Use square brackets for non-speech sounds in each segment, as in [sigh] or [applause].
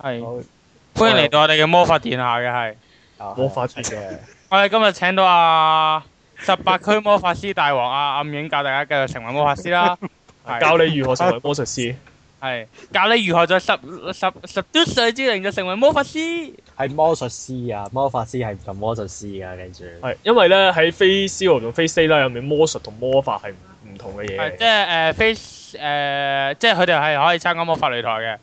係好歡迎嚟到我哋嘅魔法殿下嘅係，啊魔法節嘅，我哋今日請到啊十八區魔法師大王啊暗影教大家繼續成為魔法師啦，係教你如何成為魔術師。係教你如何在十十十多歲之齡就成為魔法師。係魔術師啊，魔法師係唔同魔術師噶，記住。係因為咧喺非 zero 同非 stay 啦入面，魔術同魔法係唔唔同嘅嘢係嚟即嘅。係誒非誒，即係佢哋係可以參加魔法擂台嘅，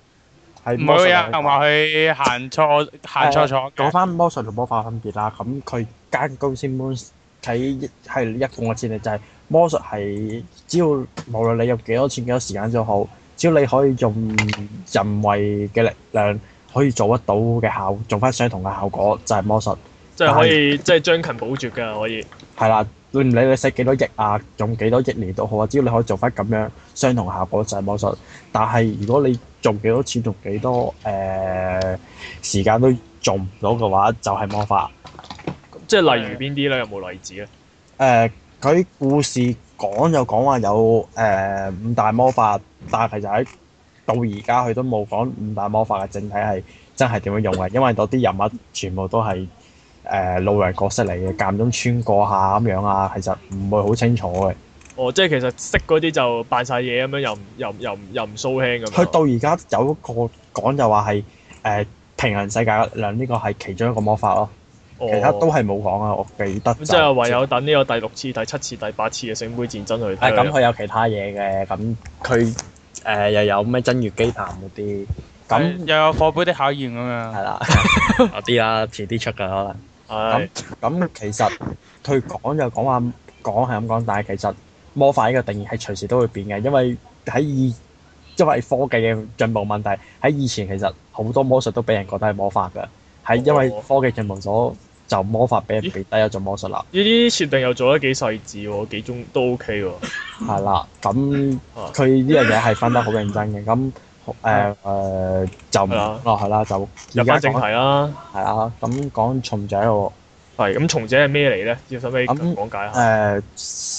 係唔魔術會啊有人嚟講話佢行錯行錯錯講嘅。翻魔術同魔法分別啦，咁佢間高先 Moon 睇係一共嘅戰力就係魔術係只要無論你有幾多錢幾多時間都好，只要你可以用人為嘅力量可以做得到嘅效，做翻相同嘅效果就係魔術，即係可以即係將勤補拙㗎，可以。係啦。你唔理你使幾多億啊，用幾多億年都好啊，只要你可以做翻咁樣相同效果就係魔術。但係如果你用幾多錢用幾多誒、呃、時間都做唔到嘅話，就係、魔法。即係例如邊啲咧？有冇例子啊咧？誒佢、故事講就講話有誒、呃五大魔法，但係其實喺到而家佢都冇講五大魔法嘅整體係真係點樣用嘅，因為嗰啲人物全部都係誒、呃路人角色嚟嘅，間中穿過下咁樣啊，其實唔會好清楚嘅。哦，即係其實識嗰啲就扮晒嘢咁樣，又唔又唔又唔又唔 show hand 咁佢樣。到而家有一個講就話係誒平衡世界力量呢個係其中一個魔法咯，哦其他都係冇講啊，我記得就咁即係唯有等呢個第六次、第七次、第八次嘅聖杯戰爭去係睇咁，佢。佢有其他嘢嘅，咁佢誒又有咩真月基談嗰啲，咁咁又有火杯的考驗咁樣。係啦，嗰啲啦，遲啲出噶係可能。咁其實佢講就講話講係咁講，但係其實魔法呢個定義係隨時都會變嘅，因為喺以因為科技嘅進步問題，喺以前其實好多魔術都俾人覺得係魔法㗎，係因為哦科技進步咗，就魔法俾人咦貶低咗做魔術啦，呢啲設定又做得幾細緻喎，幾中都 OK 喎。係啦，咁。啊佢呢樣嘢係分得好認真嘅，咁誒誒就唔係啦哦係啦，就入而翻家正題講啦。係啦，咁講蟲仔喎，係咁，蟲仔係咩嚟咧？要使唔使咁講解下？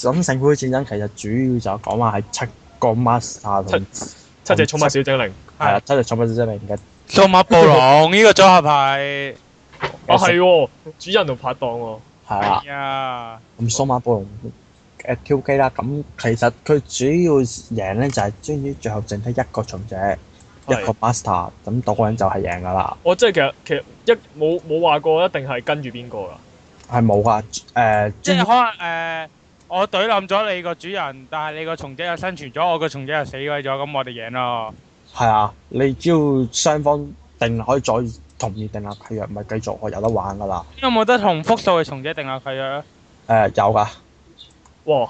誒咁聖杯戰爭其實主要就講話係七個 master 同七隻寵物小精靈。係啦啊七隻寵物小精靈嘅，數碼暴龍呢個組合係哦，係喎，主人同拍檔喎。係啦，係啊，咁數碼暴龍誒挑機啦，咁其實佢主要贏咧就係終於最後剩低一個蟲仔一係個 master，咁嗰個人就係贏㗎啦。我即係其實其實一冇冇話過一定係跟住邊個㗎。係冇噶，誒，即係可能誒，我懟冧咗你個主人，但係你個蟲仔又生存咗，我個蟲仔又死鬼咗，咁我哋贏咯。係啊，你只要雙方定可以再同意定立契約，咪繼續可以有得玩噶啦。有冇得同複數嘅蟲仔定下契約啊？誒、有噶，哇！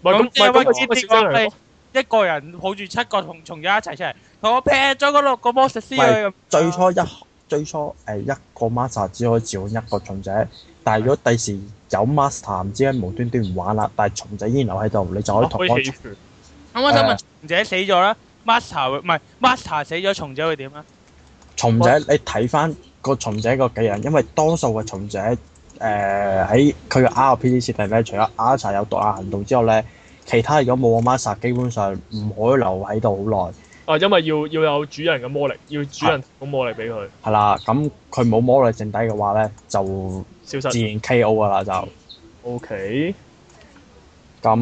唔係咁，咁唔即係係咁咪屈知指乜啲小精靈講，你一個人抱住七個同蟲仔一齊出嚟，同我劈咗嗰六個魔術師去咁。最初一最初誒、一個 master 只可以召喚一個蟲仔，但係如果第時有 master 唔知點解無端端唔玩啦，但係蟲仔依然留喺度，你就可以同哦可以棄嗰權。咁我想問，蟲仔死咗啦，master 會唔係 master 死咗，蟲仔會點啊？蟲仔你睇翻個蟲仔個技能，因為多數嘅蟲仔誒喺佢嘅 RPG 設定咧，除咗 R 查有獨立行動之後咧，其他如果冇個 master 基本上唔可以留喺度好耐。啊，因為要要有主人嘅魔力，要主啊人提供魔力俾佢係啦，咁佢冇魔力剩低嘅話咧，就消自失。然 K.O. 噶啦就。 O K。咁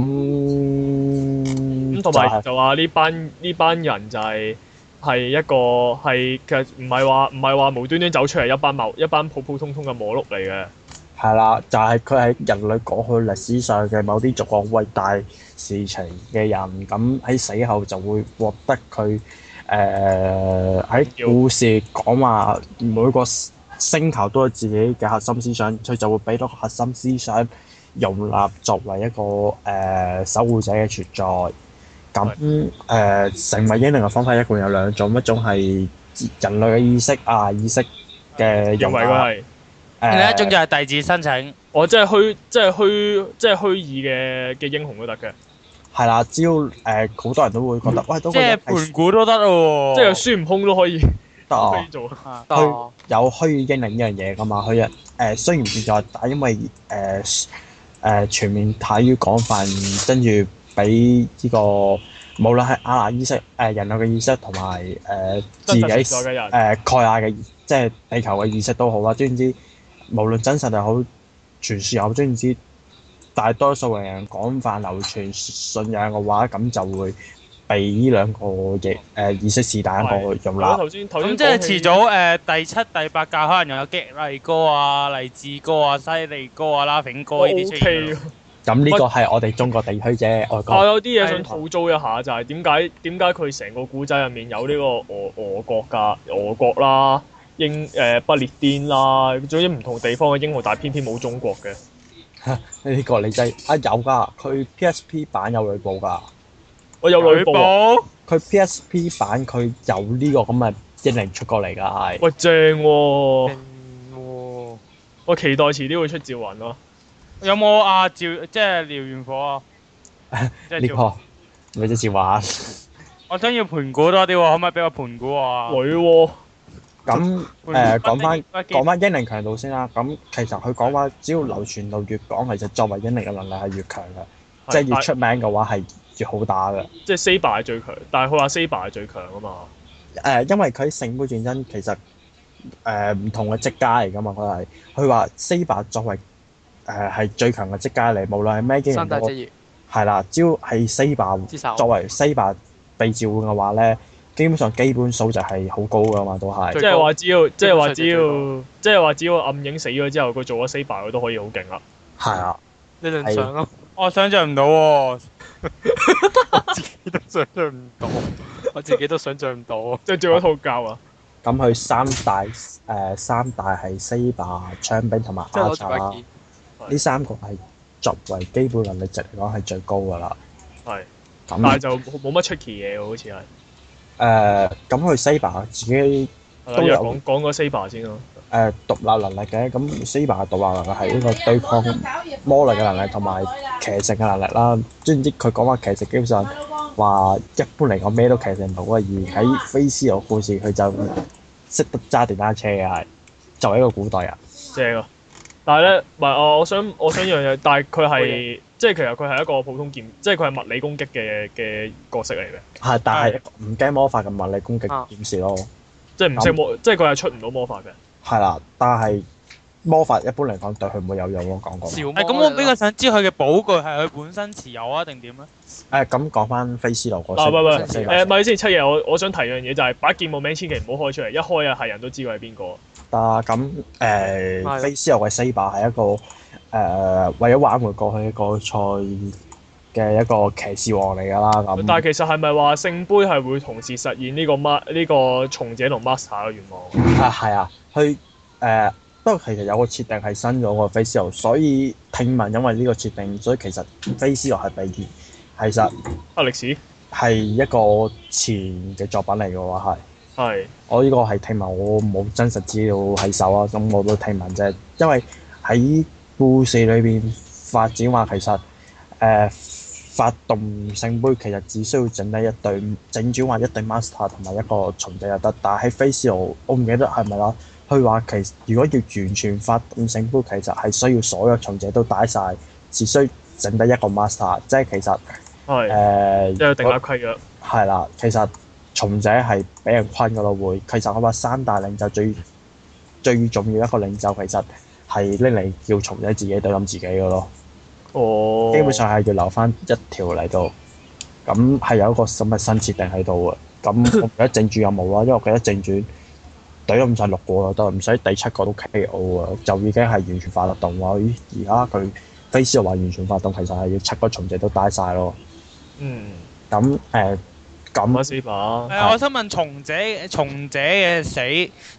咁咁同埋就話呢班呢班人就係、係一個係其實唔係話唔係話無端端走出嚟一班某一班普普通通嘅摩碌嚟嘅，係啦，就係佢喺人類過去歷史上嘅某啲逐個偉大事情嘅人，咁喺死後就會獲得佢誒喺故事講話每個星球都有自己嘅核心思想，佢就會俾到核心思想容納作為一個誒、呃守護者嘅存在。咁誒、呃成為英靈嘅方法一共有兩種，一種係人類嘅意識啊，意識嘅認容為佢納。係另一誒種就係弟子申請。我即係虛即係虛即係虛擬嘅嘅英雄都得嘅，哦係啦，只要誒好多人都會覺得，喂，都嗯即覺係得盤古都得咯即係孫悟空都可以得可啊以，做。係佢有虛擬英靈呢樣嘢噶嘛？佢誒、呃、雖然呃存在，但因為誒誒、呃全面睇於廣泛，跟住俾呢個無論係阿拿意識誒、呃人類嘅意識同埋誒自己真實誒存在嘅人，蓋亞嘅即係地球嘅意識都好啦，總言之無論真實又好傳説又好，總言之大多數嘅人廣泛流傳信仰嘅話，咁就會被呢兩個嘅誒、意識是但一個去用我啦。頭先頭咁先即係遲早誒、第七、第八屆可能又有激勵歌啊、勵志歌啊、犀利歌啊、拉炳歌呢啲 O 出 K 現啊啦。咁呢個係我哋中國地區啫，外我國有啲嘢係想吐槽一下，就係點解點解佢成個古仔入面有呢個俄俄國㗎俄國啦、英誒、呃、不列顛啦，總之唔同地方嘅英雄，但係偏偏冇中國嘅。呢個你真係啊有㗎，佢 PSP 版有女部㗎。我有女女部寶啊，佢 PSP 版佢有呢個咁嘅英靈出過嚟㗎，係喂正喎、喎我期待遲啲會出趙雲咯。有冇啊？趙即係燎原火啊？即係呢趙個女仔是玩我想要盤古多啲喎，可唔可以俾我盤古啊？女喎、咁盤古誒講翻不記講翻英靈強度先啦。咁其實佢講話，只要流傳度越廣，其實作為英靈嘅能力係越強嘅，即係越但出名嘅話係越好打嘅。即係 Saber 係最強，但係佢話 Saber 係最強啊嘛。誒、呃因為佢喺聖杯戰爭其實誒唔、呃同嘅職階嚟㗎嘛，佢係佢話 Saber 作為誒係、最強嘅職階嚟，無論係咩機型三大都職好業係啦，只要係 Saber 之首，作為西伯被召喚嘅話咧，基本上基本數就係好高噶嘛，都係最即係話只要，即係話只最高要，即係話只要暗影死咗之後，佢做咗 Saber，佢都可以好勁啦。係啊，理論上咯，我想象唔到喎，都 [laughs] 想象唔到， [laughs] 我自己都想象唔到啊。即係做咗套教啊！咁佢三大誒、呃三大係西伯、槍兵同埋即係阿攞住查把啦，劍，呢三個係作為基本能力值嚟講係最高噶啦。係，但係咁啊就冇乜出奇嘢喎，好似係。誒，呃咁佢西伯自己係啦都有又講講個 Saber 先咯。誒獨立能力嘅，咁西伯獨立能力係呢個對對抗抗魔魔力力嘅嘅能能力力同同埋埋騎乘嘅能力啦。總之佢講話騎乘基本上。話一般嚟講咩都騎乘到啊，而喺菲斯羅故事佢就識得揸電單車嘅係，作為一個古代人，正啊！但係咧，唔係我我想我想樣嘢，但 [laughs] 係佢係即係其實佢係一個普通劍，即係佢係物理攻擊嘅嘅角色嚟嘅，係但係唔驚魔法嘅物理攻啊擊點事咯，即係唔識魔，即係佢係出唔到魔法嘅。係啦，但係魔法一般嚟講對佢唔會有用咯，講過。小誒魔誒咁我比較個想知佢嘅寶具係佢本身持有啊，定點咧？咁講翻菲斯羅個嗱，喂喂，四誒咪先七爺，我我想提樣嘢就係把劍冇名，千祈唔好開出嚟，一開啊係人都知佢係邊個。啊咁誒係菲斯羅嘅西巴係一個誒為咗挽回過去一個賽嘅一個騎士王嚟㗎啦但咁。係其實係咪話聖杯係會同時實現呢個 ma 呢個從者同 master 嘅願望？啊，係啊，佢誒、呃不過其實有個設定係新咗個 f a c e 所以聽聞因為呢個設定，所以其實 f a c e 係被其實啊，歷史係一個前嘅作品嚟嘅喎，係係我呢個係聽聞，我冇真實資料喺手啊，咁我都聽聞啫。因為喺故事裏邊發展話，其實誒、呃、發動聖杯其實只需要整低一隊整轉話一隊 master 同埋一個從者就得，但係喺 face 我唔記得係咪啦。佢話其實如果要完全發動聖杯，其實係需要所有從者都打晒，只需整低一個 master，即係其實誒、係，呃即係定立契約。係啦，其實從者係俾人困噶咯，會其實我話三大領袖最最重要一個領袖，其實係拎嚟叫從者自己對冧自己嘅咯。哦，基本上係要留翻一條嚟到，咁係有一個咁嘅新設定喺度嘅。咁我唔記得正傳有冇啦，啊因為我記得正傳懟冧晒六個就得，唔使第七個都 K.O. 啊，就已經係完全發得動啦。咦而家佢飛斯話完全發動，其實係要七個從者都打晒咯。嗯，咁誒咁咁啊，Saber 誒、我想問從者從者嘅死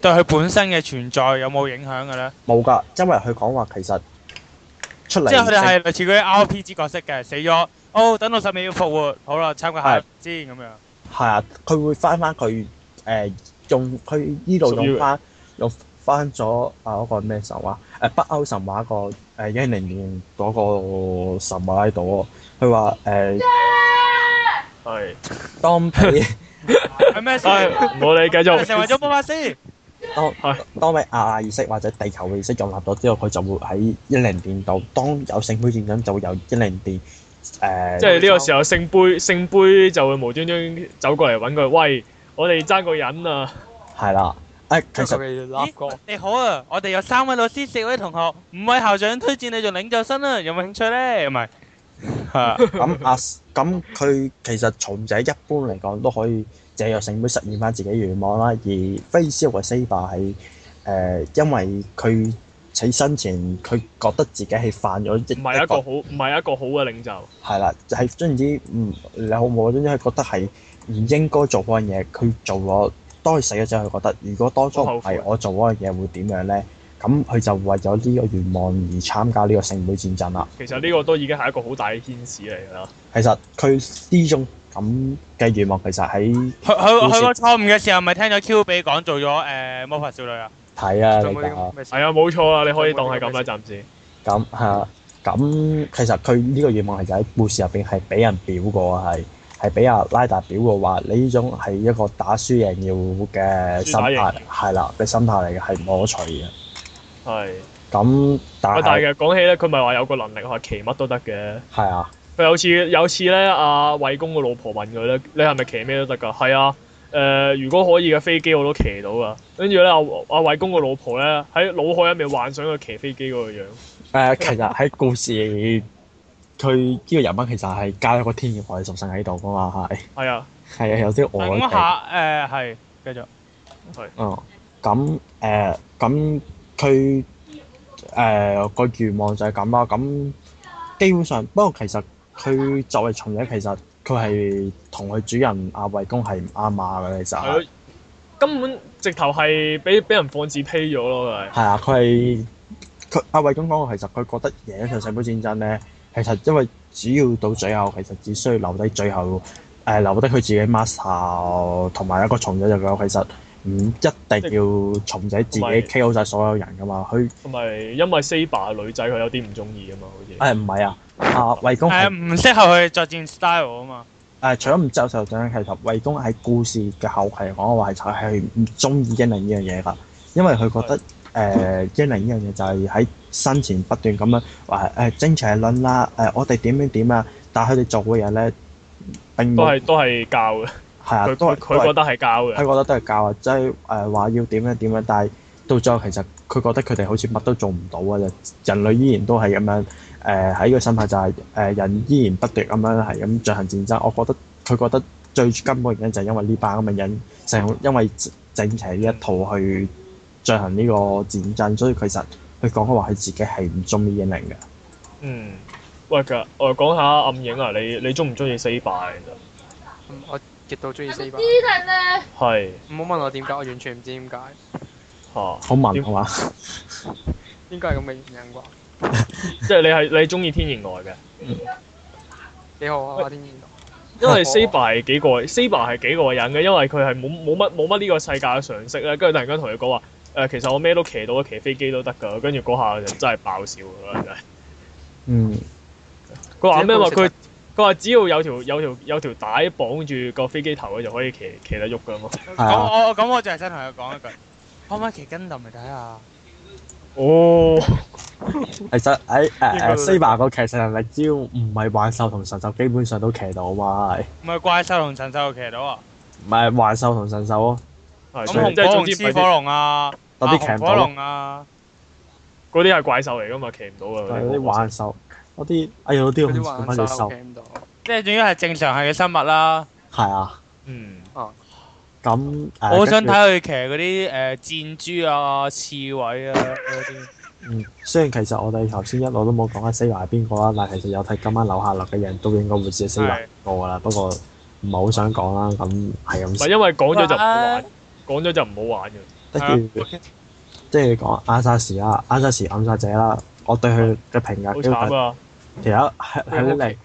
對佢本身嘅存在有冇影響嘅咧？冇㗎，因為佢講話其實出嚟即係佢哋係類似嗰啲 RPG 角色嘅，死咗，哦，等到十秒要復活，好啦，參加下係先咁樣。係啊，佢會翻翻佢誒用佢呢度屬於用翻用翻咗啊嗰個咩神話誒、北歐神話呃個誒一零年嗰個神話喺度喎。佢話誒係，[laughs] 當俾 [laughs] 係咩事？唉，唔好理，繼 [laughs] 續。成為咗魔法師，當係當俾亞亞意識或者地球嘅意識融合咗之後，佢就會喺一零年度當有聖杯戰爭就會由一零年誒，呃即係呢個時候聖杯聖杯就會無端端走過嚟揾佢，喂，我哋爭個人啊！係啦。誒，其實佢過，你好啊，我哋有三位老師、四位同學、五位校長推薦你做領袖生啊，有冇興趣咧？唔係，嚇咁阿咁佢其實從者一般嚟講都可以借藥聖杯實現翻自己願望啦，而菲斯維西巴係誒，因為佢喺生前佢覺得自己係犯咗一唔係一個個好，唔係一個好嘅領袖。係啦，就係總言之唔你好冇，總之佢覺得係唔應該做嗰樣嘢，佢做咗。當佢死咗之後，佢覺得如果當初唔係我做嗰樣嘢，會點樣咧？咁佢就為咗呢個願望而參加呢個聖杯戰爭啦。其實呢個都已經係一個好大嘅牽使嚟㗎啦。其實佢呢種咁嘅願望，其實喺佢佢佢個錯誤嘅時候，咪聽咗 Q 比講做咗誒魔法少女啊？睇啊，仲你有講冇啲咁嘅事係啊，冇錯啦，你可以當係咁啦，暫時。咁嚇咁，其實佢呢個願望其實喺故事入邊係俾人表過，係係俾阿拉達表過話，你呢種係一個打輸贏要嘅心輸打態贏，係啦嘅心態嚟嘅，係唔可取嘅。係。咁但喂，但係其係實講起咧，佢咪話有個能力話騎乜都得嘅。係啊，佢有次有次咧，阿、惠公個老婆問佢咧：你係咪騎咩都得㗎？係啊，誒、如果可以嘅飛機我都騎到啊。跟住咧，阿阿惠公個老婆咧喺腦海入面幻想佢騎飛機嗰個樣。誒其實喺故事佢呢個人物其實係加咗個天然外屬性喺度噶嘛，係係啊，係啊，有啲我咁下誒係繼續。哦，咁誒，咁佢誒個願望就係咁啦。咁基本上，不過其實佢作為從者，其實佢係同佢主人阿惠公係唔啱碼嘅，其實係咯係、根本直頭係俾俾人放置批咗咯，佢係。係啊，佢係佢阿惠公講過，其實佢覺得贏一場世杯戰爭咧，其實因為只要到最後，其實只需要留低最後誒、留低佢自己 master 同埋一個從者就夠，其實唔一定要從者自己同埋 KO 晒所有人噶嘛，佢。同埋因為 Saber 女仔佢有啲唔中意啊嘛，好似。誒唔係啊，阿惠公誒係唔適合佢作戰 style 啊嘛。誒除咗唔接受長其實惠公喺故事嘅後期講話就係唔中意英靈呢樣嘢㗎，因為佢覺得誒、英靈呢樣嘢就係喺生前不斷咁樣話誒精邪論啦，誒、我哋點點點啊，但係佢哋做嘅嘢咧並都冇係都係教嘅，係啊，佢都係佢都佢係覺得係教佢嘅，覺得都係教啊，即係誒話要點樣點樣，但係到最後其實佢覺得佢哋好似乜都做唔到啊！就人類依然都係咁樣誒喺個心態就係、誒、人依然不斷咁樣係咁進行戰爭。我覺得佢覺得最根本原因就係因為呢班咁嘅人成因為正邪呢一套去進行呢個戰爭，所以其實佢講嘅話佢自己係唔中意英靈嘅。嗯。喂，其實我講下暗影啊，你你中唔中意 Saber 其實嗯我極度中意四把，係唔好問我點解，我完全唔知點解，嚇，好文點係嘛？應該係咁嘅原因啩。即係你係你中意天然外嘅，幾好啊！天然因哦為 Saber 係幾個 Saber 係幾個人嘅，因為佢係冇冇乜冇乜呢個世界嘅常識咧，跟住突然間同佢講話誒，其實我咩都騎到，騎飛機都得㗎，跟住嗰下就真係爆笑㗎啦，真係。嗯，佢話咩話呢佢個其實佢話只要有條有條有條帶綁住個飛機頭，佢就可以騎騎得喐㗎嘛。咁啊我我咁我就係真同佢講一句，可唔可以騎跟林嚟睇下？哦。其實喺誒呢個誒 Saber 個劇情能力只要唔係幻獸同神獸，基本上都騎到啊嘛。係唔係怪獸同神獸騎到啊？唔係幻獸同神獸咯，係，咁所以紅即係火總龍、之獅唔火係龍啊，有啊啲騎紅唔火到，龍啊，嗰啲係怪獸嚟噶嘛，騎唔到啊噶。有啲幻獸，嗰啲哎呀，嗰啲嗰啲好玩翻隻手我獸，驚唔到，即係總之係正常係嘅生物啦。係啊，嗯，咁誒，我好想跟住睇佢騎嗰啲誒箭豬啊、刺猬啊嗰啲。嗯，雖然其實我哋頭先一路都冇講緊 Saber 係邊個啦，但係其實有睇今晚樓下落嘅人都應該會知 Saber 係邊個㗎啦，不過唔係好想講啦，咁係咁唔係先，因為講咗就唔好啊玩，講咗就唔好玩嘅。跟住即係講阿沙士啦，阿沙士暗殺者啦，我對佢嘅評價好基本慘上啊！其實係係嚟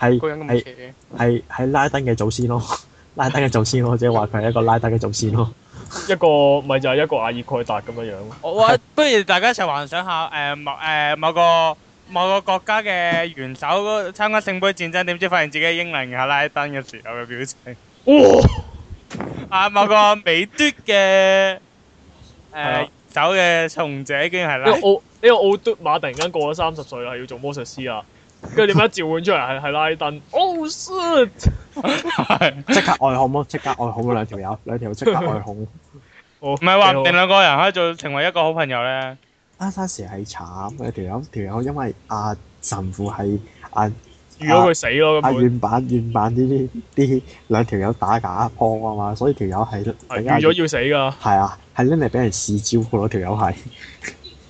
係個人咁係騎嘅，係係拉登嘅祖先咯， [laughs] 拉登嘅祖先咯，即係話佢係一個拉登嘅祖先咯。一個咪就係一個阿爾蓋達咁樣樣。我我不如大家一齊幻想下誒某誒某個某個國家嘅元首嗰參加聖杯戰爭，點知發現自己係英靈嘅拉登嘅時候嘅表情。 [laughs] 哇！啊，某個美嘟嘅啊誒手嘅從者，竟然係呢個拉。奧呢個奧嘟馬突然間過咗三十歲啦，係要做魔術師啦。啊跟住點解召喚出嚟係係拉登？Oh shit！即刻外控咯，即刻外控啊！兩條友，兩條即刻外控。唔 [laughs] 唔係話唔定兩個人可以做成為一個好朋友咧。啊，當時係慘嘅條友，條友因為阿神父係阿如果佢死咯，阿根本軟板軟板呢啲啲兩條友打架幫啊嘛，所以條友係係預咗要死㗎。係啊，係拎嚟俾人試招嘅咯，條友係。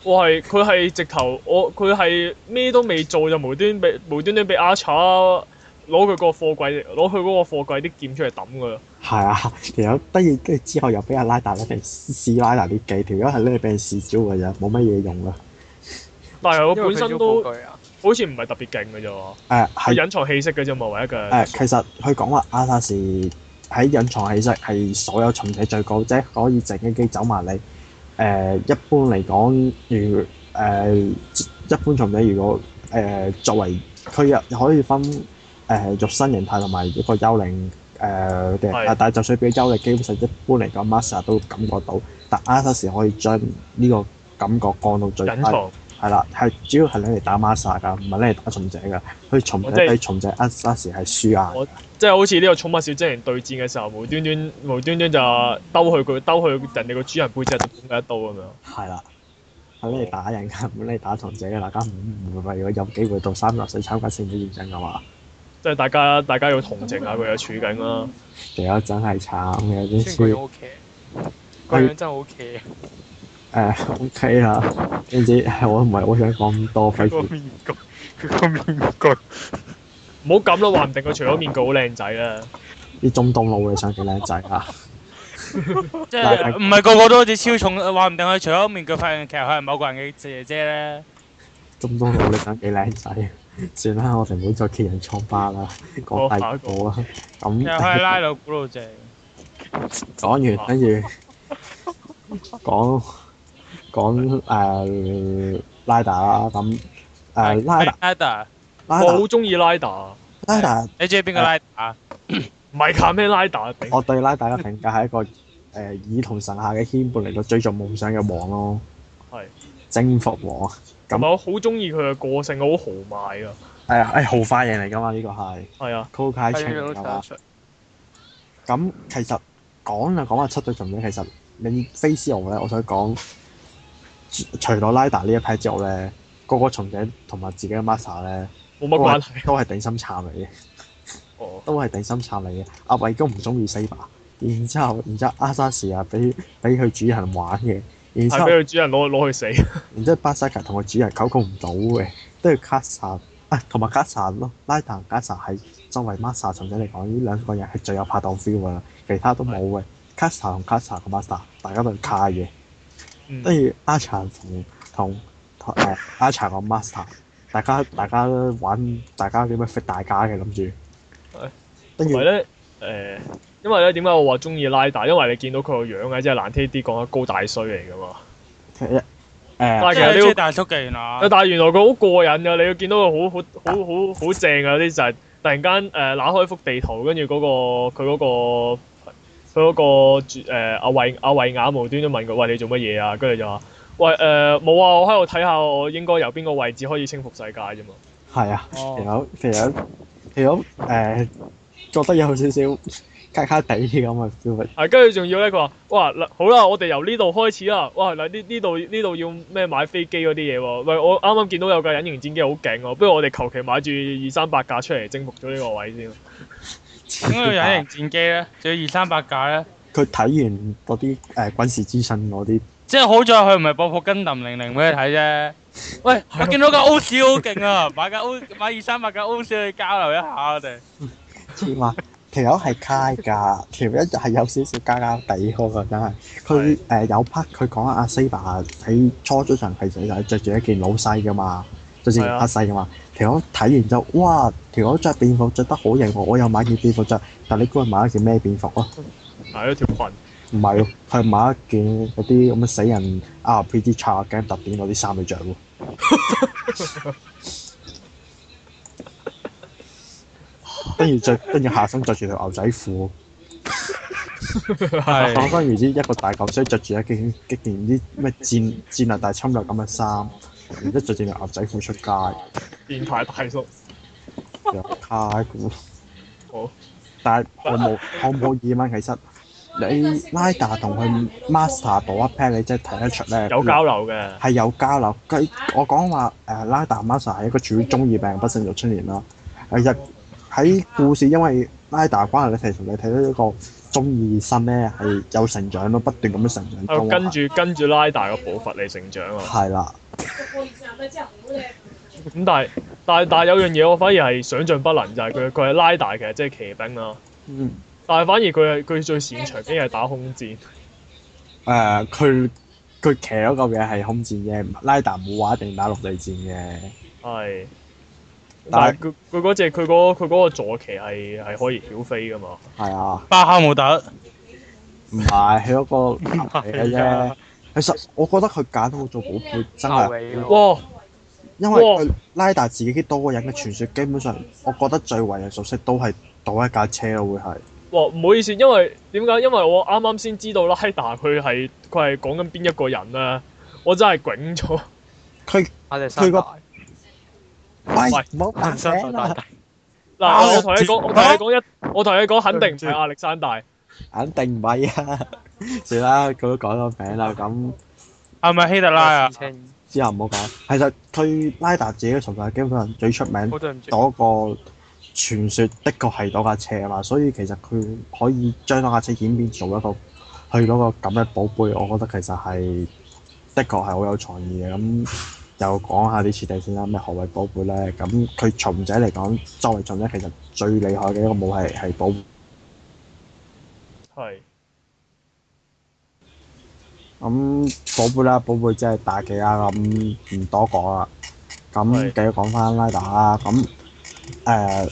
我係佢係直頭，我佢係咩都未做就無端俾無端端俾阿查攞佢個貨櫃，攞佢嗰個貨櫃啲劍出嚟抌㗎啦。係啊，條友得意，跟住之後又俾阿拉達拎嚟試拉達啲技，條友係拎嚟俾人試招嘅啫，冇乜嘢用啊。但係因佢為本佢身要都報佢啊好似唔係特別勁㗎啫喎，誒佢係隱藏氣息㗎啫嘛，唯一嘅。誒，其實佢講話阿薩士喺隱藏氣息係所有重者最高，即係可以靜經機走埋你。誒、一般嚟講，如誒、一般重者如果誒、作為佢又可以分誒、肉身形態同埋一個幽靈誒嘅、係但係就算俾幽靈，基本上一般嚟講，master 都感覺到，但阿薩士可以將呢個感覺降到最低隱。藏。係啦，係主要係你嚟打 master 㗎，唔係你嚟打重者㗎。佢重者哦我即係對重者呃嗰時係輸硬我即係好似呢個寵物小精靈對戰嘅時候，無端端無端端就兜去佢兜去人哋個主人背脊度捅佢一刀咁樣。係啦，係你嚟打人㗎，唔係你打同者嘅，大家唔唔會為咗有機會到三六四參加聖杯戰爭嘅話，即係大家大家要同情下佢嘅處境啦。條友真係慘嘅，啲雖然個樣書好騎，個樣真係好騎，誒 OK 啦，你知我唔係好想講咁多，費個事 [laughs] 面具，佢個面具唔好咁啦，話唔定佢除咗面具好靚仔啦。啲中東佬你想幾靚仔啊？即嗱係係唔係個個都好似超重，話唔定佢除咗面具發現其實佢係某個人嘅姐姐咧。中東佬你想幾靚仔？算啦，我哋唔好再揭人瘡疤啦，講第二個啊。其實佢係咁拉魯古魯姐。講哦完跟住講講誒拉達啦，咁誒拉達拉達，拉我達好中意拉打，拉達，你中意邊個拉達？唔係靠咩拉打頂。我對拉達嘅評價係一個誒、呃以同神下嘅牽絆嚟到追逐夢想嘅王咯，係征服王同埋我好中意佢嘅個性，我好豪邁啊。誒誒豪快型嚟㗎嘛，呢、個係係啊，高階係情樣嚟都睇㗎得嘛。出。咁其實講就講話七對重點，其實你菲斯奧咧，我想講，除除咗拉達呢一批之後咧，個個重者同埋自己嘅 master 咧。冇乜關係。都係頂心撐嚟嘅，哦，都係頂心撐嚟嘅。阿偉都唔中意 Saber，然之後，然之後阿沙士啊，俾俾佢主人玩嘅，然之係後俾，佢主人攞攞去死。然之後巴沙卡同佢主人溝通唔到嘅，都要卡薩啊，同埋卡薩咯，拉達卡薩係作為 master 重者嚟講，呢兩個人係最有拍檔 feel 噶啦，其他都冇嘅。卡薩同卡薩個 master 大家都係卡嘅，嗯跟住阿查同同同誒阿查個 master，大家大家都玩大家點樣 fit 大家嘅諗住係，跟同住埋。咧，誒，因為咧點解我話中意拉打？因為你見到佢個樣咧，即係難聽啲講，高大衰嚟㗎嘛。誒但係即其實係呢你個中意大叔嘅原來啊但。係原來佢好過癮㗎，你要見到佢好好好好好正㗎啲就係突然間誒揦開幅地圖，跟住嗰個佢嗰、個佢嗰、個主、呃、阿慧阿慧雅無端端問佢：喂，你做乜嘢啊？跟住就話：喂誒冇、啊，我喺度睇下我應該由邊個位置可以征服世界啫嘛。係啊，哦條友條友條友誒覺得有少少卡卡地咁啊嘅 feel，係啊跟住仲要咧，佢話：哇嗱好啦，我哋由呢度開始啦。哇嗱呢呢度呢度要咩買飛機嗰啲嘢喎？喂，我啱啱見到有架隱形戰機好勁喎，不如我哋求其買住二三百架出嚟征服咗呢個位先。咁佢隱形戰機咧，仲要二三百架咧，佢睇完嗰啲誒軍事資訊嗰啲，即係好在佢唔係播副跟林零零俾你睇啫。喂，我見到架 O 市好勁啊，買架 O 買二三百架 O 市去交流一下我哋。即係話條友係卡㗎，條友係有少少卡卡地嗰個真係。佢誒有 part 佢講阿 Saber 喺初出場係其實係着住一件老西㗎嘛，着住件係啊黑西㗎嘛。條友睇完之後，哇！條友着便服着得好型喎，我又買件便服着，但你估佢買咗件咩便服啊？買咗條裙。唔係喎，佢係買一件嗰啲咁嘅死人 RPG 叉 game 特典嗰啲衫去着喎。跟住着，跟住下身着住條牛仔褲，係講翻原之一個大嚿衰着住一件一件啲咩戰戰略大侵略咁嘅衫，然之後着住條牛仔褲出街，變態大叔。卡古。好。但係我冇，我冇疑問。其實你拉達同佢 master 嗰一 pair，你真係睇得出咧。有交流嘅，係有交流。佢我講話誒拉達 master 係一個處於中二病不勝就出現啦。誒日喺故事因為拉達關係咧，其實你睇到一個中二生咧係有成長咯，不斷咁樣成長喺度中。啊跟住跟住拉大個步伐嚟成長啊！係啦，咁但係但係但係有樣嘢我反而係想像不能，就係佢佢係拉大其實即係騎兵啦，嗯但係反而佢係佢最擅長嘅係打空戰，誒佢佢騎嗰嚿嘢係空戰嘅，拉達冇話一定打陸地戰嘅。係。但但係係佢佢嗰隻佢嗰佢嗰個坐騎係係可以曉飛噶嘛？係啊。巴哈姆特，係唔係，佢嗰個男嚟嘅啊啫。其實我覺得佢揀好做寶貝真後係，尾咯，哇！因為佢拉達自己多個人嘅傳說，基本上我覺得最為人熟悉都係倒一架車咯，會係。哇，唔好意思，因為點解？因為我啱啱先知道拉大佢係佢係講緊邊一個人咧，我真係囧咗。佢阿隻山佢個大喂，唔好扮阿隻聲山大啦，大，啊嗱，我同你講，我同你講一，我同你講肯定唔係對唔住亞歷山大。肯定唔係啊！ [laughs] 算啦，佢都改咗名啦，咁係咪希特拉啊？青，之後唔好講。其實佢拉達自己嘅存在，基本上最出名好對唔住，嗰個傳說的確係嗰架車啊嘛，所以其實佢可以將嗰架車演變做一個去嗰個咁嘅寶貝，我覺得其實係的確係好有創意嘅。咁又講下啲設定先啦，咩何謂寶貝咧？咁佢蟲仔嚟講，作為蟲仔其實最厲害嘅一個武器係寶係咁寶貝啦，寶貝即係打幾啊，咁唔多講啦。咁係繼續講翻拉打啦，咁誒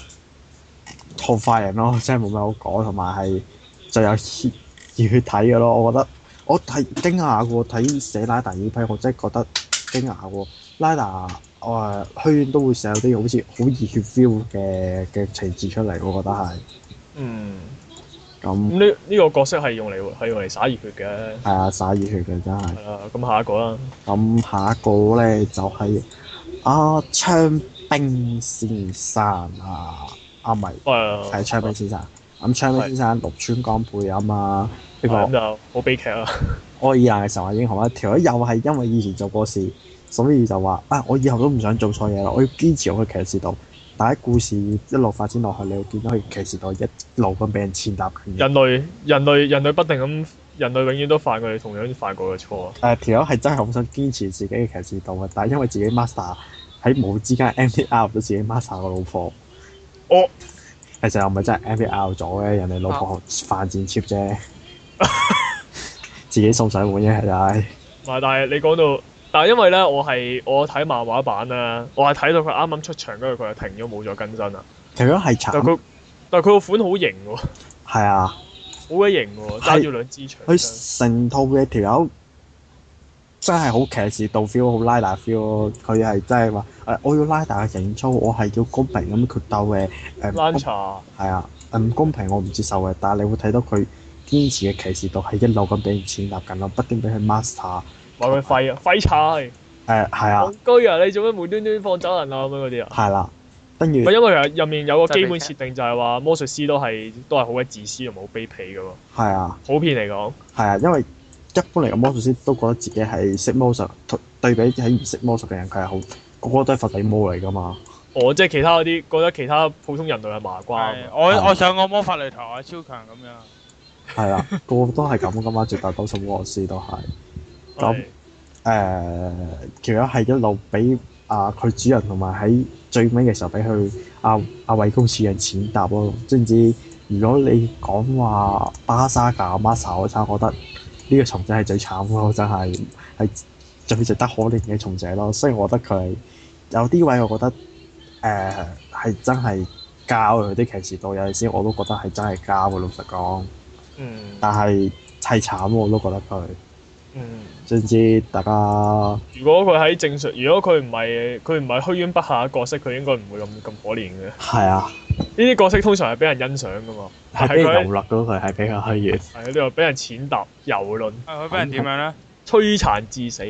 好快人咯，真係冇咩好講，同埋係最有熱熱血睇嘅咯。我覺得我係驚訝嘅喎，睇寫拉打呢批，我真係覺得驚訝喎。拉打誒、呃、虛遠都會寫有啲好似好熱血 feel 嘅嘅情節出嚟，我覺得係嗯。咁咁呢呢個角色係用嚟係用嚟灑熱血嘅，係啊，灑熱血嘅真係。係啦。咁下一個啦，咁下一個咧就係、啊槍兵先生啊，啊唔係誒係槍兵先生。咁槍兵先生綠川光配啊嘛，呢個咁就好悲劇啊啦。愛爾蘭嘅神話英雄啦，條友又係因為以前做過事，所以就話啊我以後都唔想做錯嘢啦，我要堅持我嘅騎士道。但喺故事一路發展落去，你會見到佢騎士道一路咁俾人踐踏權益。人類人類人類不定咁，人類永遠都犯佢哋同樣犯過嘅錯。誒條友係真係好想堅持自己嘅騎士道嘅，但係因為自己 master 喺冇之間 M P R 咗自己 master 個老婆。哦，其實又唔係真係 M P R 咗嘅，人哋老婆犯賤 cheap 啫， [laughs] 自己送上門啫，其實係唔係，但係你講到，但係因為咧，我係我睇漫畫版咧，我係睇到佢啱啱出場嗰陣，佢係停咗冇咗更新啦。其實係慘，但係佢但係佢個款好型喎，好係啊，鬼型喎，揸住兩支長槍。佢成套嘅條友真係好騎士道 feel，好拉大 feel 咯佢係真係話誒，我要拉大嘅型操，我係要公平咁決鬥嘅誒，唔 Lancha 係啊，唔公平我唔接受嘅，但係你會睇到佢堅持嘅騎士道係一路咁俾人踐踏緊咯，不斷俾佢 master 話佢廢啊，廢柴。誒係啊戇居啊！你做咩無端端放走人啊？咁樣嗰啲啊？係啦，跟住唔係因為入面有個基本設定就係話魔術師都係都係好鬼自私同埋好卑鄙噶喎，係啊。普遍嚟講係啊，因為一般嚟講，魔術師都覺得自己係識魔術，同對比喺唔識魔術嘅人，佢係好個個都係佛地魔嚟噶嘛。，我即係其他嗰啲覺得其他普通人類係麻瓜，啊啊係我我上過魔法擂台，我超強咁樣。係啦，個個都係咁噶嘛，絕大多數魔術師都係。咁係誒，呃其實係一路俾啊佢主人同埋喺最尾嘅時候俾佢啊啊衛公主人踐踏咯。知唔知？如果你講話巴沙格阿瑪莎嗰餐，我覺得呢個蟲仔係最慘咯，真係呃係最值得可憐嘅蟲仔咯。雖然我覺得佢係有啲位，我覺得誒呃係、真係交佢啲騎士道，有陣時我都覺得係真係交嘅。老實講，嗯但係係慘喎我都覺得佢。嗯，知唔知大家？如果佢喺正常，如果佢唔係佢唔係虛淵筆下嘅角色，佢應該唔會咁咁可憐嘅。呢係啊，啲角色通常係俾人欣賞噶嘛，但係係俾人佢喺遊樂咯，佢係比較虛遠。係你話俾人踐踏、蹂躪、係佢俾人點樣咧？摧殘致死，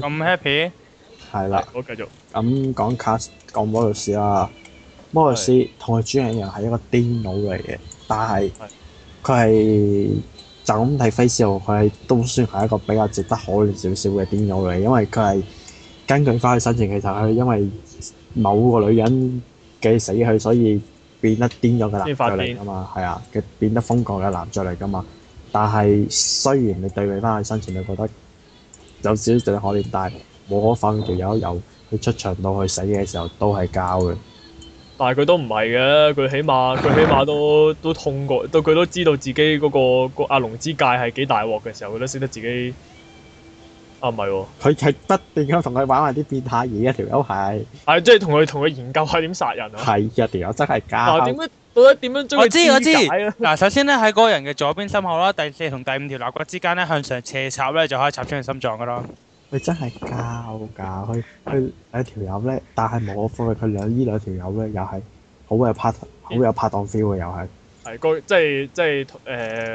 咁 happy？係啦。我繼續。咁講卡講魔術師啦，魔術師同佢主人一樣係一個癲佬嚟嘅，但係係佢係就咁睇 face 號，佢係都算係一個比較值得可憐少少嘅癲佬嚟，因為佢係根據翻佢生前其實佢因為某個女人嘅死去，所以變得癲咗嘅男先爵發癲嚟㗎嘛，係啊，佢變得瘋狂嘅男爵嚟㗎嘛。但係雖然你對比翻佢生前，你覺得有少少值得可憐，但係無可否認條友由佢出場到佢死嘅時候都係交嘅。但係佢都唔係嘅，佢起碼佢起碼都 [laughs] 都痛過，到佢都知道自己嗰、個個阿龍之界係幾大鑊嘅時候，佢都識得自己啊唔係喎，佢係不斷咁同佢玩埋啲變態嘢，一條友係係即係同佢同佢研究下點殺人啊！係一條友真係嗱交點。解到底點樣將我佢知肢我知解咧？嗱，首先咧喺嗰個人嘅左邊心口啦，第四同第五條肋骨之間咧向上斜插咧，就可以插穿佢心臟噶咯。佢真係交㗎，佢佢兩條友咧，但係無可否認，佢兩呢兩條友咧又係好有拍好有拍檔 feel 嘅，又係。係個即係即係誒，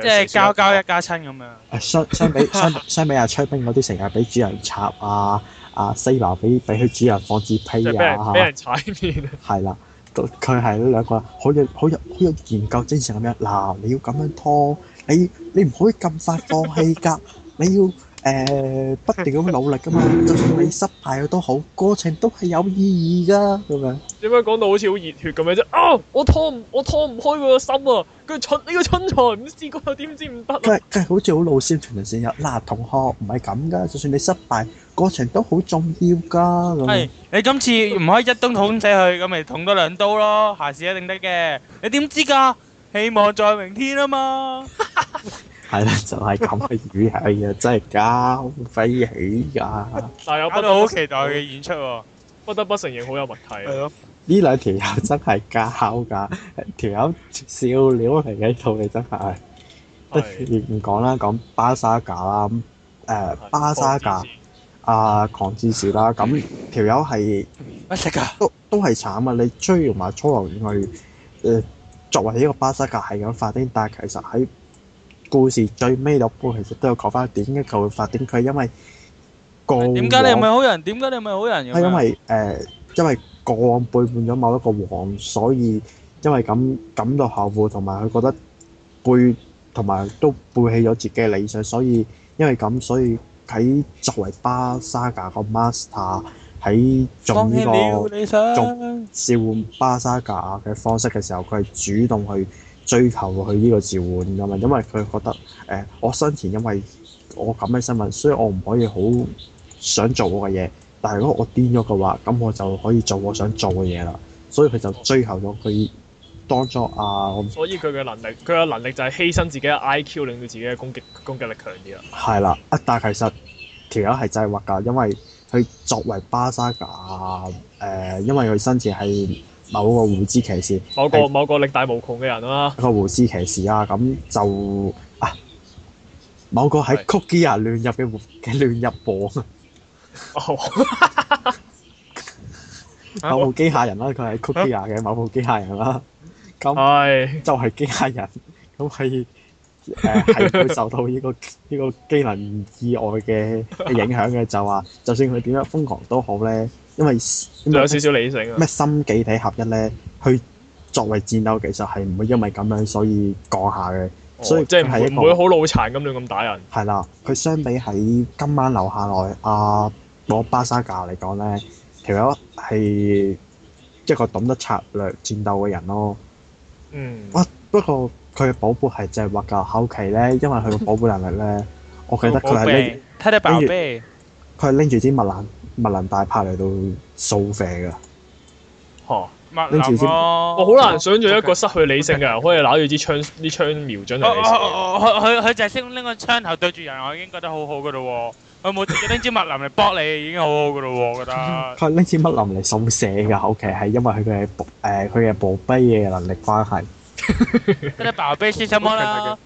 即係交交一家親咁樣。誒相相 [laughs] 比相相比阿崔兵嗰啲成日俾主人插啊啊西拿俾俾佢主人放置即批係俾人俾啊，人踩面啊！係啦，佢佢係兩個好有好有好有研究精神咁樣。嗱，你要咁樣拖，你你唔可以咁快放棄㗎，你要誒、呃不斷咁努力㗎嘛。就算你失敗咗都好，過程都係有意義㗎咁樣。點解講到好似好熱血咁樣啫？啊！我拖唔我拖唔開佢個心啊！佢蠢呢個蠢材唔試過點知唔得啊！佢係佢係好似好老師團人先有。嗱，同學唔係咁㗎，就算你失敗，過程都好重要㗎咁樣係。你今次唔可以一刀捅死佢，咁咪捅多兩刀咯，下次一定得嘅。你點知㗎？希望在明天啊嘛。係啦，就係咁嘅語氣啊，真係交飛起㗎！ [laughs] 但係我搞不到哎好得期待佢嘅演出喎。不得不承認好有默契啊！呢兩條友真係交㗎，條友笑料嚟嘅呢套你真係。係唔講啦，講巴沙架啦，咁誒係 [laughs] 巴沙架啊，狂戰士啦，咁條友係乜食㗎？都都係慘啊！你追完埋初流去誒，作為一個巴沙架係咁發癲，但係其實喺故事最尾度，其實都有講翻點解佢會發癲，佢係因為過點解你唔往係好人？點解你唔係好人咁樣？係因為誒、呃因為過往背叛咗某一個王，所以因為咁感到後悔，同埋佢覺得背同埋都背棄咗自己嘅理想，所以因為咁，所以喺作為巴沙格個 master 喺做放呢棄了個理想。召喚巴沙格嘅方式嘅時候，佢係主動去追求佢呢個召喚噶嘛，因為佢覺得誒、呃我生前因為我咁嘅身份，所以我唔可以好想做我嘅嘢。但係如果我癲咗嘅話，咁我就可以做我想做嘅嘢啦。所以佢就追求咗佢當初啊，我所以佢嘅能力，佢嘅能力就係犧牲自己嘅 IQ，令到自己嘅攻擊攻擊力強啲啦。係啦。啊，但係其實條友係制惑㗎，因為佢作為巴沙格誒、呃因為佢生前係某個胡之騎士。某個係某個力大無窮嘅人啊 [laughs] 啦，一個胡斯騎士啊，咁就啊某個喺係 Cookie 啊亂入嘅胡嘅亂入榜啊，哦啊某部機械人啦，佢係 Cookie 啊嘅某部機械人啦，咁係就係機械人，咁係誒係會受到呢、個 [laughs] 呢、個機能意外嘅嘅影響嘅，就話就算佢點樣瘋狂都好咧，因為因仲為有少少理性啊。咩心幾體合一咧，佢作為戰鬥其實係唔會因為咁樣所以降下嘅，哦所以即係係一唔個會唔會好腦殘咁亂咁打人。係啦，佢相比喺今晚留下來阿攞巴沙架嚟講咧，條友係一個懂得策略戰鬥嘅人咯。嗯，哇！不過佢嘅寶貝係就係畫㗎，後期咧，因為佢嘅寶貝能力咧，我記得佢係拎睇睇爆啤。佢係拎住支麥蘭麥蘭大炮嚟到掃射㗎。嚇！麥拎住林先咯。我好難想象一個失去理性嘅人可以攞住支槍，呢槍瞄準我人哋哦死。我我佢佢佢就係識拎個槍頭對住人，我已經覺得好好噶咯喎。佢冇直接拎支麥林嚟搏你，已經好好噶咯喎，我 [laughs] 覺得。佢係拎支麥林嚟掃射㗎，後期係因為佢嘅寶誒佢嘅寶貝嘅能力關係。睇睇爆啤先什麼啦？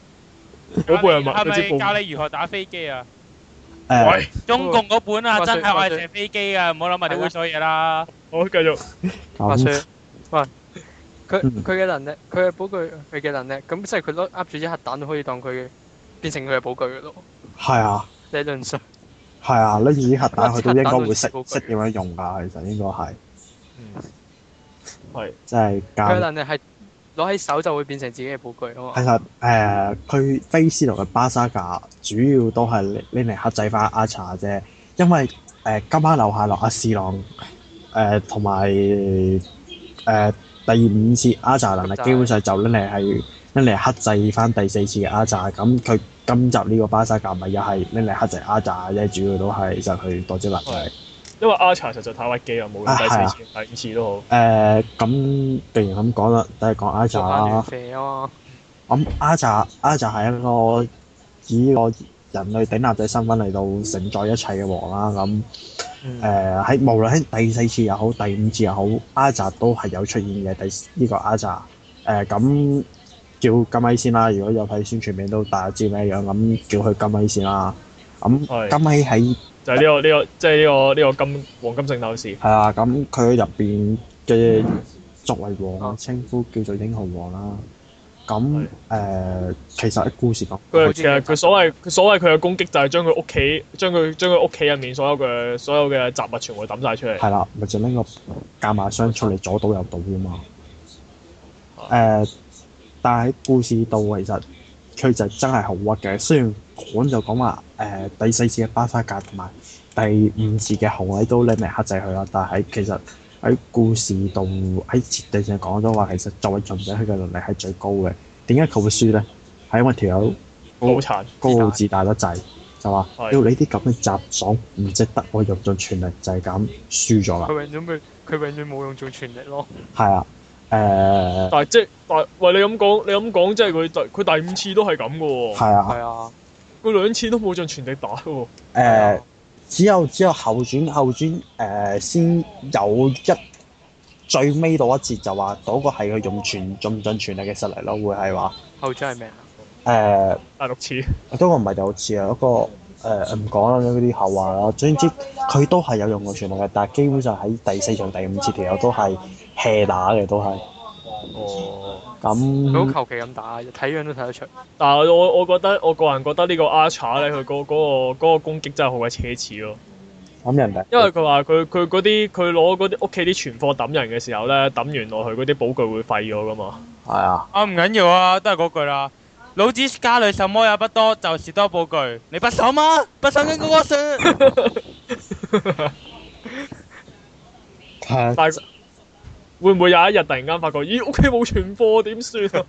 嗰本係咪係嗰支咪教報？你如何打飛機啊？誒喂，中共嗰本啊，哇真係我哇係射飛機啊！唔好諗埋啲猥瑣嘢啦。好哦繼續。話咁説，喂，佢嗯佢嘅能力，佢嘅寶具，佢嘅能力，咁即係佢攞握住一核彈都可以當佢嘅變成佢嘅寶具嘅咯，係啊。理論上。係啊，拎住啲核彈佢都應該會識核彈都識點樣用㗎，其實應該係嗯即係佢嘅教。能力係攞喺手就會變成自己嘅寶具啊其嘛。實誒，佢菲斯奴嘅巴沙架主要都係拎嚟克制翻阿查啫，因為誒、今晚樓下落阿士郎誒同埋誒第五次阿查能力基本上就拎嚟係拎嚟克制翻第四次嘅阿查，咁佢今集呢個巴沙架咪又係拎嚟克制阿查啫，主要都係就佢多隻能力。因為 Archer 實在太屈機啦，無論啊係啊第四次、第五次都好。誒咁，既然咁講啦，都係講阿做 a 翻亂啦。肥啊嘛，咁阿 a 阿 a 係一個以個人類頂立者身份嚟到承載一切嘅王啦。咁嗯誒喺無論喺第四次又好，第五次又好，阿 a 都係有出現嘅。第呢、個阿 a 誒咁叫金威先啦。如果有睇宣傳片都大家知咩樣，咁叫佢金威先啦。咁係金威喺就係呢個呢個，即係呢個呢個金黃金聖鬥士。係啦，咁佢入邊嘅作為哦王嘅稱呼叫做英雄王啦。咁誒係、其實喺故事講，佢其實佢所謂佢所謂佢嘅攻擊就係將佢屋企將佢將佢屋企入面所有嘅所有嘅雜物全部抌晒出嚟。係啦，咪就拎個夾埋箱出嚟左倒右倒啫啊嘛。誒、但係喺故事度其實佢就真係好屈嘅。雖然講就講話誒第四次嘅巴沙格同埋第五次嘅紅衛都拎嚟克制佢啦，但係喺其實喺故事度喺設定上講都話，其實作為盡者佢嘅能力係最高嘅。點解佢會輸咧？係因為條友腦殘高傲自大得滯，就話係要你啲咁嘅雜種唔值得我用盡全力，就係、咁輸咗啦。佢永遠冇佢永遠冇用做全力咯。係啊，誒但係即係但係喂你咁講你咁講，即係佢第佢第五次都係咁嘅喎，係啊，係啊，佢兩次都冇盡全力打喎。誒只有只有後轉後轉誒先有一最尾到一節就話嗰個係佢用全盡盡全力嘅實力咯，會係話後掌係咩啊？誒第六次都唔係有次啊，嗰個誒唔講啦，嗰啲後話啦，總之佢都係有用過全力嘅，但係基本上喺第四場第五節條友都係 hea 打嘅，都係哦。佢好咁求其咁打，睇樣都睇得出。但係我我覺得我個人覺得呢個 Archer 咧，佢嗰嗰個嗰個攻擊真係好鬼奢侈咯。咁人哋因為佢話佢佢嗰啲佢攞嗰啲屋企啲存貨抌人嘅時候咧，抌完落去嗰啲寶具會廢咗噶嘛。係啊，啊，唔緊要啊，都係嗰句啦。老子家裏什麼也不多，就是多寶具。你不守嗎？不守緊嗰個算。係啊但係會唔會有一日突然間發覺，咦屋企冇存貨點算 [laughs] 啊？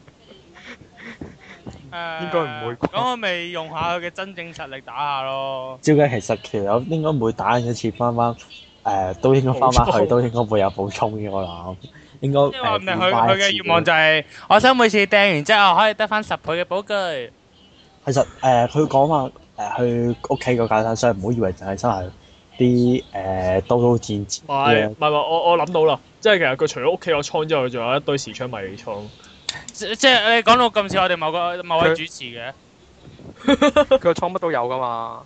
[laughs] 誒應該唔會啩咁我咪用下佢嘅真正實力打下咯。照計其實條友應該每打一次翻翻誒，都應該翻補翻去充都應該會有補充嘅，我諗應該即係話唔定誒佢補佢翻一次嘅願望就係，我想每次掟完之後可以得翻十倍嘅寶具。其實誒，佢講話誒，去屋企個架撐箱，唔好以為就係真係啲誒刀刀劍劍唔係嘅唔係唔係我我諗到啦，即係其實佢除咗屋企個倉之外，仲有一堆時槍迷你倉。即即係你講到咁似我哋某個某位主持嘅，佢個倉乜都有噶嘛。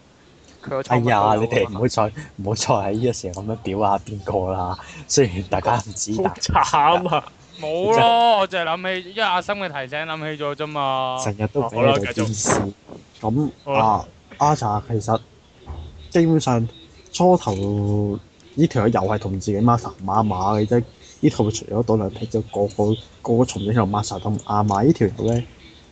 佢個哎倉乜都有㗎嘛。呀，你哋唔好再唔好再喺呢個時候咁樣表下邊個啦。雖然大家唔知， [laughs] 好慘啊！冇咯，我就係諗起，因為阿森嘅提醒諗起咗啫嘛但。成日都俾哦好啦你哋繼續電視。咁好啦啊，阿查其實基本上初頭呢條友又係同自己 master 唔啱碼嘅啫。呢套除咗到兩劈之後，個個個個重影同 master 都唔啱碼。呢條友咧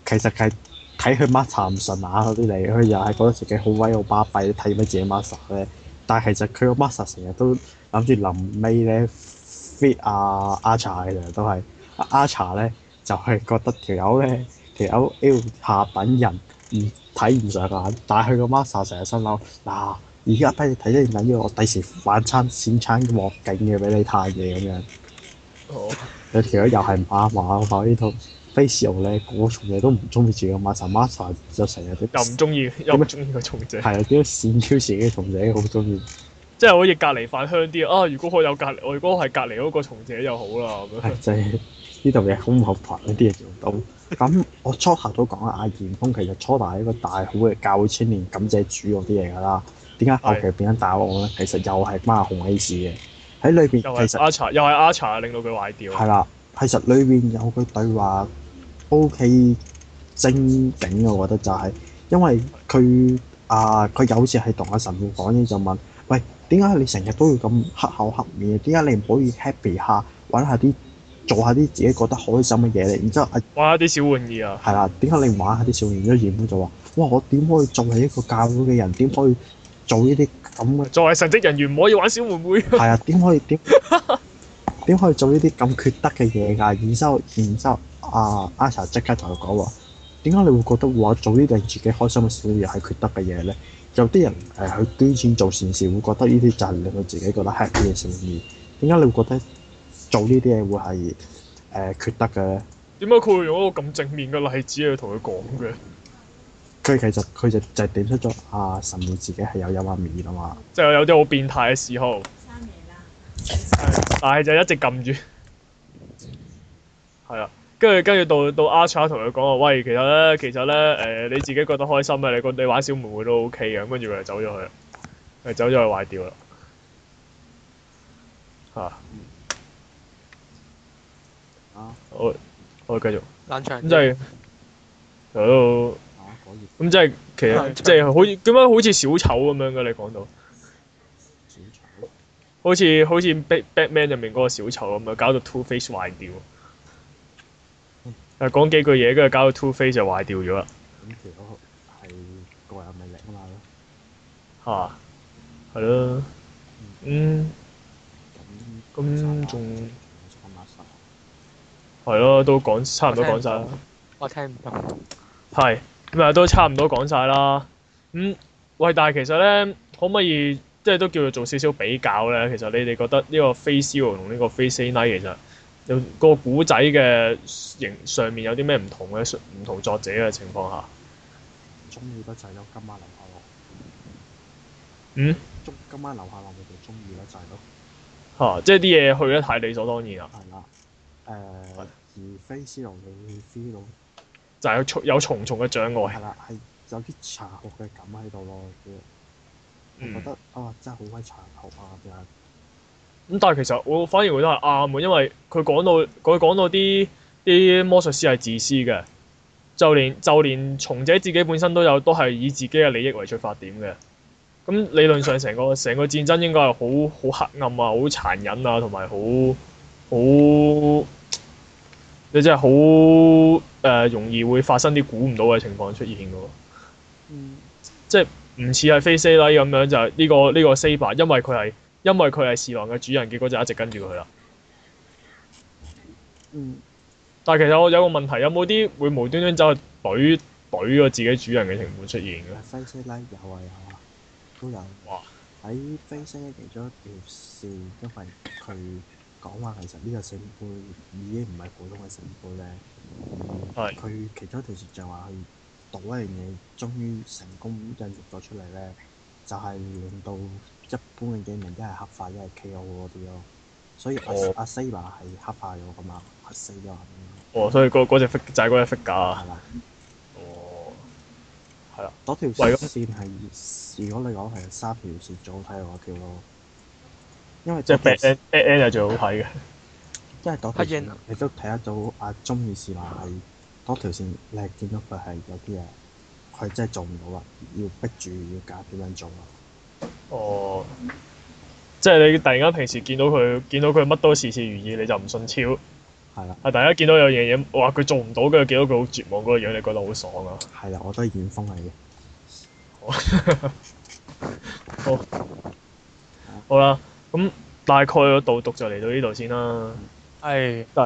其實係睇佢 master 唔順眼嗰啲嚟，佢又係覺得自己好威好巴閉，睇乜自己 master 咧。但係其實佢個 master 成日都諗住臨尾咧 fit 啊阿阿查嘅，其實都係阿阿查咧就係、覺得條友咧條友 L 下品人。唔睇唔上眼，但係佢個 master 成日心諗嗱，而家俾你睇得緊要，我第時晚餐閃餐鑊勁嘅俾你嘆嘢咁樣。哦有條友又係唔啱啊話，我話呢套 face 咧，我從嚟都唔中意自己個 master，master 就成日又都唔中意，又唔中意個重者，係啊，點解閃 Q 自己同自己好中意？即係好似隔離飯香啲啊！如果我有隔離，我如果我係隔離嗰個重者就好啦咁樣。係就係呢度嘢好唔合群呢啲嘢做到。咁我初頭都講啦，啊阿嚴峰其實初頭係一個大好嘅教會青年感謝主嗰啲嘢㗎啦。點解後期變咗大惡咧？其實又係關紅 A 事嘅。喺裏邊又其係實阿查，又係阿查令到佢壞掉。係啦，其實裏邊有句對話 O K 精警嘅，我覺得就係、因為佢誒、啊，佢有次係同阿神父講嘢就問：喂，點解你成日都要咁黑口黑面？點解你唔可以 happy 下，玩下啲做下啲自己覺得開心嘅嘢咧？然之後阿哎玩一啲小玩意啊，係啦，點解你唔玩下啲少年？然之後葉就話：哇，我點可以做係一個教會嘅人？點可以做呢啲咁嘅？作為神職人員唔可以玩小妹妹。係啊，點可以點點可以做呢啲咁缺德嘅嘢㗎？然之後，然之後，阿阿 sa 即刻同佢講話，點解你會覺得話做呢啲令自己開心嘅小嘢係缺德嘅嘢咧？有啲人誒去捐錢做善事，會覺得呢啲就係令到自己覺得 happy 嘅善意。點解你會覺得做呢啲嘢會係誒、呃缺德嘅咧？點解佢會用一個咁正面嘅例子去同佢講嘅？佢其實佢就就係點出咗阿神會自己係有陰暗面啊嘛。即係有啲好變態嘅嗜好，三年啦。但係就一直撳住。係啦，跟住跟住到到阿查同佢講話，喂，其實咧，其實咧，誒、你自己覺得開心嘅，你覺你玩小妹妹都 OK 嘅，跟住佢就走咗去啦，佢走咗去壞掉啦。嚇、啊！啊好，我繼續。冷場咁即係，係咯。啊，果然咁即係其實係即係好似點解好似小丑咁樣嘅？你講到小丑好似好似 Bat- Batman 入面嗰個小丑咁樣，搞到 Two Face 壞掉。誒講幾句嘢，跟住搞到 Two Face 就壞掉咗啦咁其實係個人魅力啊嘛。嚇，啊係咯，嗯，咁咁仲參加晒。係咯，都講差唔多講晒啦，我聽唔到。係咁啊，都差唔多講晒啦。咁喂，但係其實咧，可唔可以即係都叫做做少少比較咧？其實你哋覺得呢個 Face Zero 同呢個 Face A Night 其實有個古仔嘅形上面有啲咩唔同咧？唔同作者嘅情況下，中意得滯咯，今晚留下落。嗯中今晚留下落，我就中意得滯咯。嚇、啊即係啲嘢去得太理所當然啦，係啦。誒、而非斯隆你會 feel 到就係有重有重重嘅障礙係。啦，係有啲殘酷嘅感喺度咯。我覺嗯得、啊，真係好鬼殘酷啊！咁樣咁但係其實我反而覺得係啱嘅，因為佢講到佢講到啲啲魔術師係自私嘅，就連就連從者自己本身都有都係以自己嘅利益為出發點嘅。咁理論上成個成個戰爭應該係好好黑暗啊，好殘忍啊，同埋好好你真係好誒容易會發生啲估唔到嘅情況出現嘅喎。即係唔似係 Face A 啦咁樣就係呢、個呢、個 Saber，因為佢係因為佢係侍郎嘅主人，結果就一直跟住佢啦。嗯，但係其實我有個問題，有冇啲會無端端走去懟懟個自己主人嘅情況出現嘅？誒非斯拉有啊有啊，都有。哇！喺非斯拉其中一條線，因為佢講話其實呢個聖杯已經唔係普通嘅聖杯咧。係佢其中一條線就話佢賭一樣嘢，終於成功孕育咗出嚟咧，就係、令到一般嘅影迷一係黑化，一係 KO 嗰啲咯。所以阿哦阿 Saber 係黑化咗噶嘛，黑死咗啊咁哦，所以嗰嗰只 fig 就係嗰只 fig 樣架係。啦。哦，嗰條喂咁線係，如果你講係三條線最好睇我條咯，因為即係嗰條 bad end bad end 係最好睇嘅。因為嗰條阿英線啊你都睇得到阿中意是話係嗰條線，你係見到佢係有啲嘢，佢真係做唔到啦，要逼住要教點樣做啦。啊哦，即係你突然間平時見到佢見到佢乜都事事如意，你就唔信超。係啦，啊！大家見到有樣嘢，哇！佢做唔到，跟住見到佢好絕望嗰個樣，你覺得好爽啊！係啦，我都係遠風嚟嘅。好啦，咁大概個導讀就嚟到呢度先啦。係係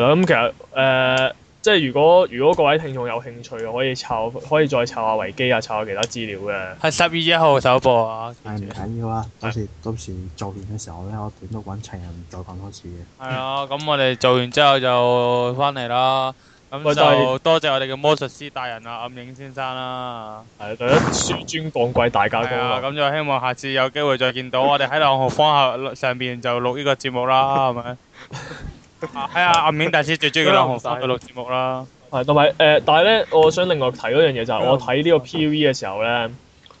啦，咁其實誒、呃即係如果如果各位聽眾有興趣嘅，可以抄，可以再抄下維基啊，抄下其他資料嘅。係十二月一號首播啊！但係唔緊要啊，到時到時做完嘅時候咧，我點都揾齊人再講多次嘅。係啊，咁我哋做完之後就翻嚟啦。咁喂但係就多謝我哋嘅魔術師大人啊，暗影先生啦。係第一書專降貴大家係啊，講咁就希望下次有機會再見到我哋喺朗豪方向上邊就錄呢個節目 [laughs] 啦，係咪？啊喺啊，暗影大師最中意嘅朗豪坊度錄節目啦。係同埋誒，但係咧，我想另外提嗰樣嘢就係、啊我睇呢個 PV 嘅時候咧，呢、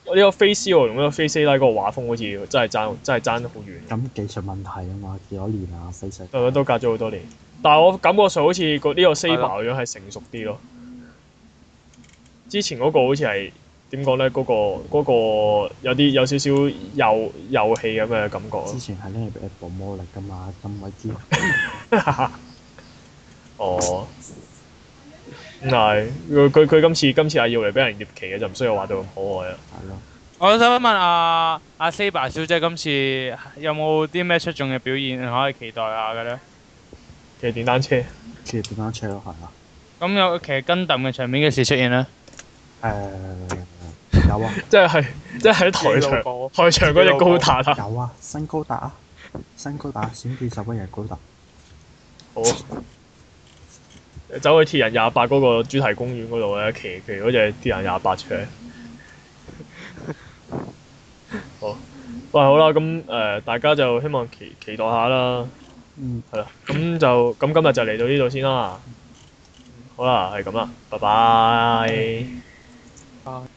個 Face Zero 同呢個 Face A 拉嗰個畫風好似真係爭真係爭得好遠。咁技術問題啊嘛，幾多年啊，飛石。都都隔咗好多年，但係我感覺上好似個呢個 Saber 樣係成熟啲咯。之前嗰個好似係點講咧？嗰、個嗰、個有啲有少少遊遊戲咁嘅感覺咯之。前係拎嚟俾部魔力噶嘛，咁鬼知。 [laughs] 哦，咁係佢佢佢今次今次係要嚟俾人獵奇嘅，就唔需要畫到咁可愛啦。係咯， [laughs] 我想問阿阿 Saber 小姐今次有冇啲咩出眾嘅表現可以期待下嘅咧？騎電單車，跟住電單車咯，係啊。咁有其實跟揼嘅場面嘅事出現咧？誒有啊即係即係喺台老場婆台場嗰只高達啊！有啊，新高達啊，新高達啊閃電十一日高達，好，走去鐵人廿八嗰個主題公園嗰度咧，騎騎嗰只鐵人廿八出嚟。好，喂，好啦，咁誒、呃大家就希望期期待下啦。嗯，係啦，咁就咁今日就嚟到呢度先啦。好啦，係咁啦，拜拜。